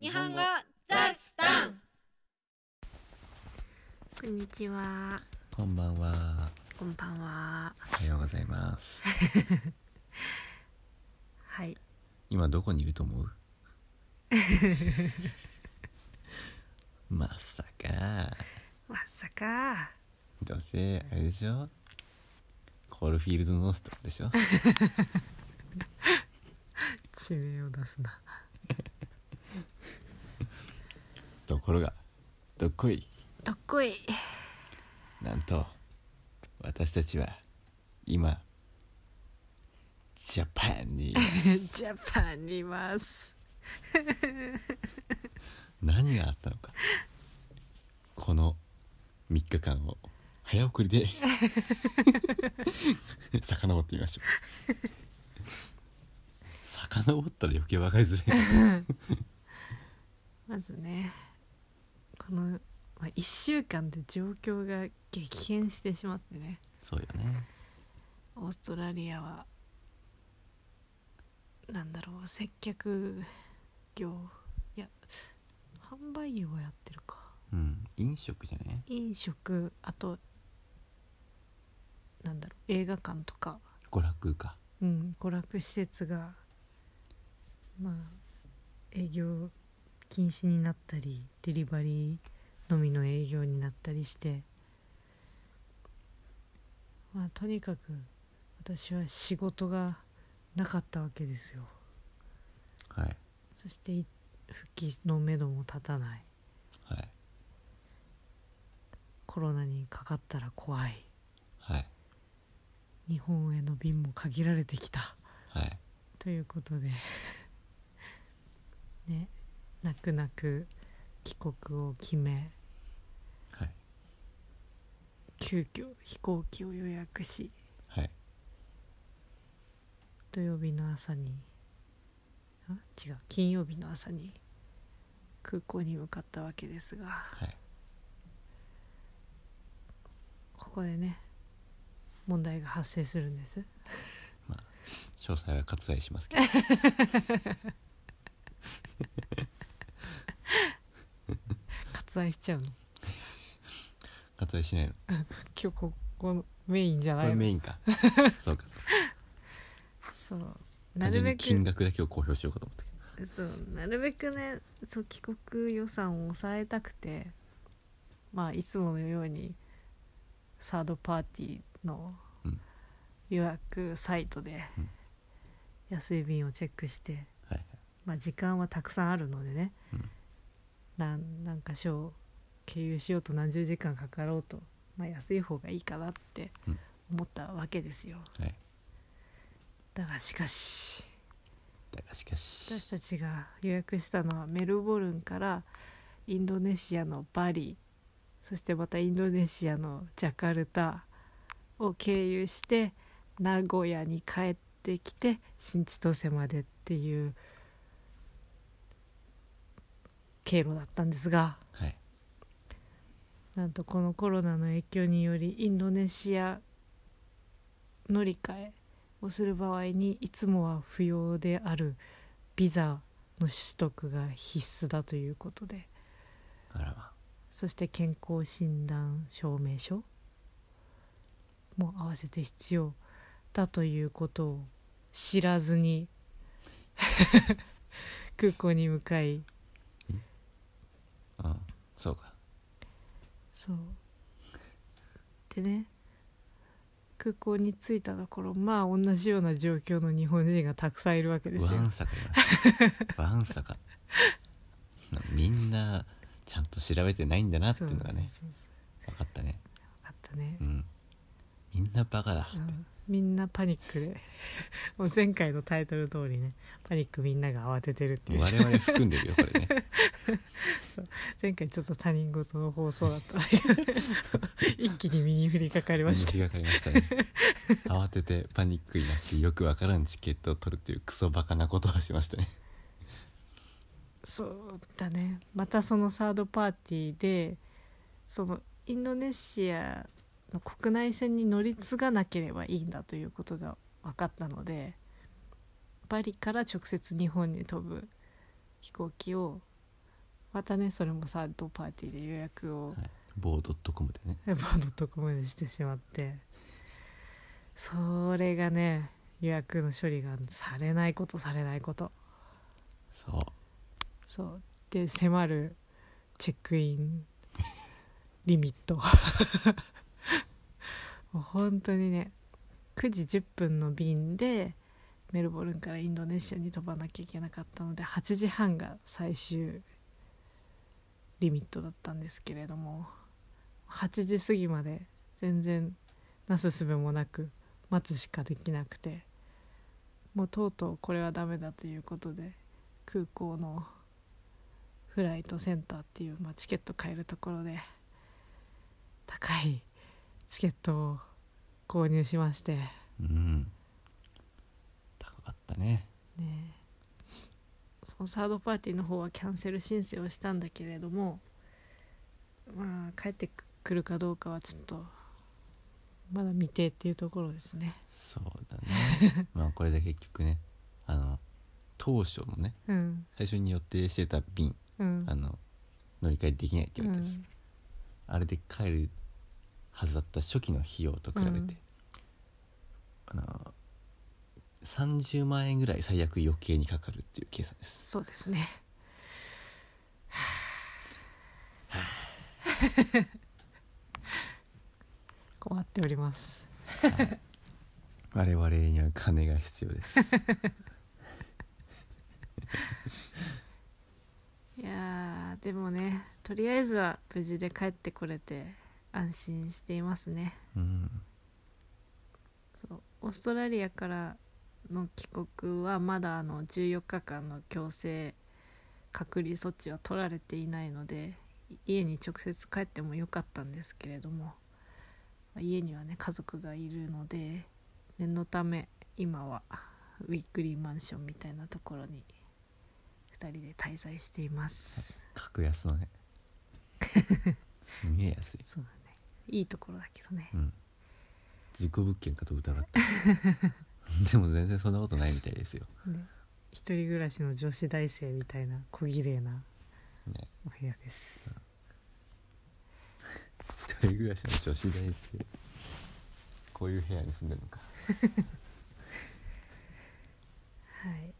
日本語ザスタンこんにちは。こんばんは。こんばんは。おはようござい ます。はい。今どこにいると思 うまさか。まさか。どうせ、あれでしょコールフィールドノースとかでしょ地名を出すな。 ところが、どっこい。どっこい。なんと、私たちは、今、ジャパンに、 ジャパンにいます。何があったのか。この3日間を、早送りで、 遡ってみましょう。遡ったら余計分かりづらい。まずね、この、まあ、1週間で状況が激変してしまってね、そうよね。オーストラリアは、なんだろう、接客業、いや、販売業をやってるか。うん。飲食じゃね飲食、あと、なんだろう、映画館とか、娯楽か。うん、娯楽施設がまあ営業禁止になったりデリバリーのみの営業になったりしてまあとにかく私は仕事がなかったわけですよはい。そしてい復帰のめども立たないはい。コロナにかかったら怖いはい。日本への便も限られてきたはい。ということで ね泣く泣く帰国を決めはい。急遽飛行機を予約しはい。土曜日の朝にあ違う金曜日の朝に空港に向かったわけですがはい。ここでね問題が発生するんです詳細は割愛しますけど。 割愛しちゃうの割愛しないの。今日ここのメインじゃこなれいメのイン か。そうか。そうかそうなるべく金額だけを公表しようかと思ったけど。そうなるべくねそう帰国予算を抑えたくてまあいつものようにサードパーティーのうん予約サイトでうん安い便をチェックして、はいはい。まあ、時間はたくさんあるのでね、うんなんなんか賞経由しようと何十時間かかろうと、まあ、安い方がいいかなってうん思ったわけですよ。はい。だがしかしだがしかし。私たちが予約したのはメルボルンからインドネシアのバリそしてまたインドネシアのジャカルタを経由して名古屋に帰ってきて新千歳までっていう経路だったんですがはい。なんとこのコロナの影響によりインドネシア乗り換えをする場合にいつもは不要であるビザの取得が必須だということであらま。そして健康診断証明書も合わせて必要だということを知らずに 空港に向かいうん、そうかそうでね空港に着いたところまあ同じような状況の日本人がたくさんいるわけですよわんさかだなわんさかなみんなちゃんと調べてないんだなっていうのがねそうそうそう分かったね分かったねう、んみんなバカだうんみんなパニックで もう前回のタイトル通りねパニックみんなが慌ててるっていう我々含んでるよこ れね前回ちょっと他人事の放送だったん だけど一気に身に降りかかりました引っかかりましたね慌ててパニックになってよくわからんチケットを取るっていうクソバカなことをし ましたねそうだねまたそのサードパーティーでそのインドネシアの国内線に乗り継がなければいいんだということが分かったのでバリから直接日本に飛ぶ飛行機をまたねそれもサードパーティーで予約を はい、某 .com でねバードとこまでしてしまってそれがね予約の処理がされないことされないことそうそうで迫るチェックインリミット もう本当にね9時10分の便でメルボルンからインドネシアに飛ばなきゃいけなかったので8時半が最終リミットだったんですけれども8時過ぎまで全然なすすべもなく待つしかできなくてもうとうとうこれはダメだということで空港のフライトセンターっていう、まあ、チケット買えるところで高いチケットを購入しましてうん高かったねねそのサードパーティーの方はキャンセル申請をしたんだけれどもまあ帰ってくるかどうかはちょっとまだ未定っていうところですねそうだ ねまあこれで結局ねあの当初のねうん最初に予定してた便うんあの乗り換えできないって言われたやつ、うんあれで帰るはずだった初期の費用と比うべて、んあの30万円ぐらい最悪余計にかかるっていう計算ですそうですね 困っております我々には金が必要ですいやーでもねとりあえずは無事で帰ってこれて安心していますね うんそうオーストラリアからの帰国はまだあの14日間の強制隔離措置は取られていないのでい家に直接帰ってもよかったんですけれどもまあ家にはね家族がいるので念のため今はウィークリーマンションみたいなところに2人で滞在しています。格安のねすげえ安いそうだねいいところだけどねうん事故物件かと疑った でも全然そんなことないみたいですよ、ね一人暮らしの女子大生みたいな小綺麗なね、お部屋です一人暮らしの女子大生こういう部屋に住んでるのかはい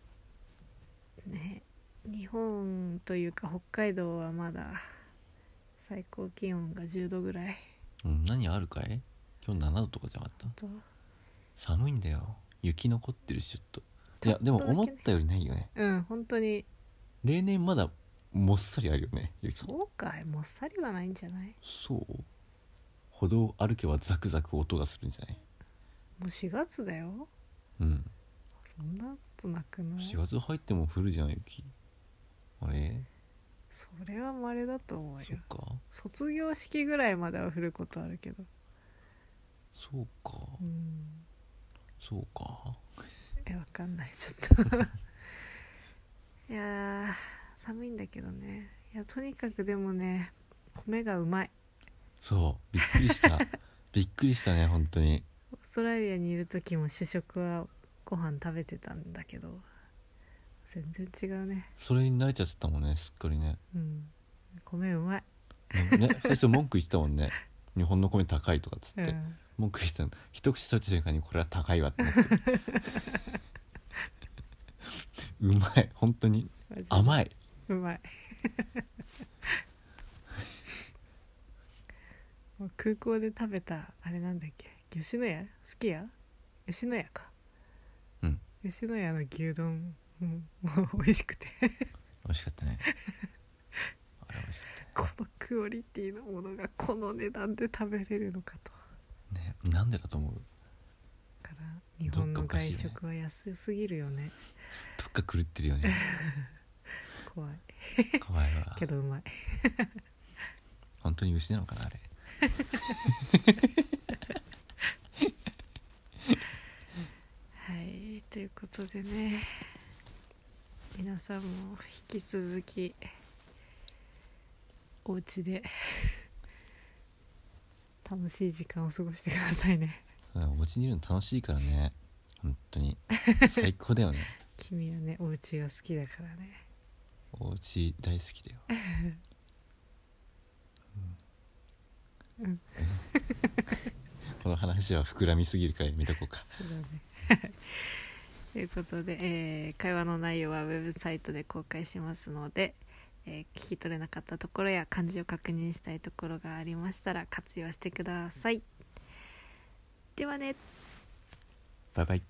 ね日本というか北海道はまだ最高気温が10度ぐらいうん何あるかい今日7度とかじゃなかっとた寒いんだよ雪残ってるしちょっといやでもちょっとだ思っけねたよりないよねうん本当に例年まだもっさりあるよね雪そうかいもっさりはないんじゃないそう歩道を歩けばザクザク音がするんじゃないもう4月だようんそんなことなくない4月入っても降るじゃん雪あれそれは稀だと思うそっよか卒業式ぐらいまでは降ることあるけどそうかうんそうかえわかんないちょっ といやー寒いんだけどねいやとにかくでもね米がうまいそうびっく りしたびっくりしたね本当にオーストラリアにいる時も主食はご飯食べてたんだけど全然違うねそれに慣れちゃってたもんねすっかりねうん米うまい、ね最初文句言ってたもんね日本の米高いとかっつって、うん、文句言ってたの一口食べた瞬間にこれは高いわって思ってるうまい本当にマジで甘いうま いもう空港で食べたあれなんだっけ吉野家好きや吉野家かうん吉野家の牛丼うんもう美味しくて 美味しかったねあれ美味しかっこのクオリティのものがこの値段で食べれるのかとたねなんでだと思うだから日本どのっかおかしい外ね食は安すぎるよねどっか狂ってるよね怖い怖いわけどうまい本当に牛なのかなあれはいということでね皆さんも引き続きお家で 楽しい時間を過ごしてくださいねそうだお家にいるの楽しいからね本当に最高だよね君はねお家が好きだからねお家大好きだよ、ううんん この話は膨らみすぎるからやめとこうかそうだねということで、えー会話の内容はウェブサイトで公開しますので、えー聞き取れなかったところや漢字を確認したいところがありましたら活用してくださいではねバイバイ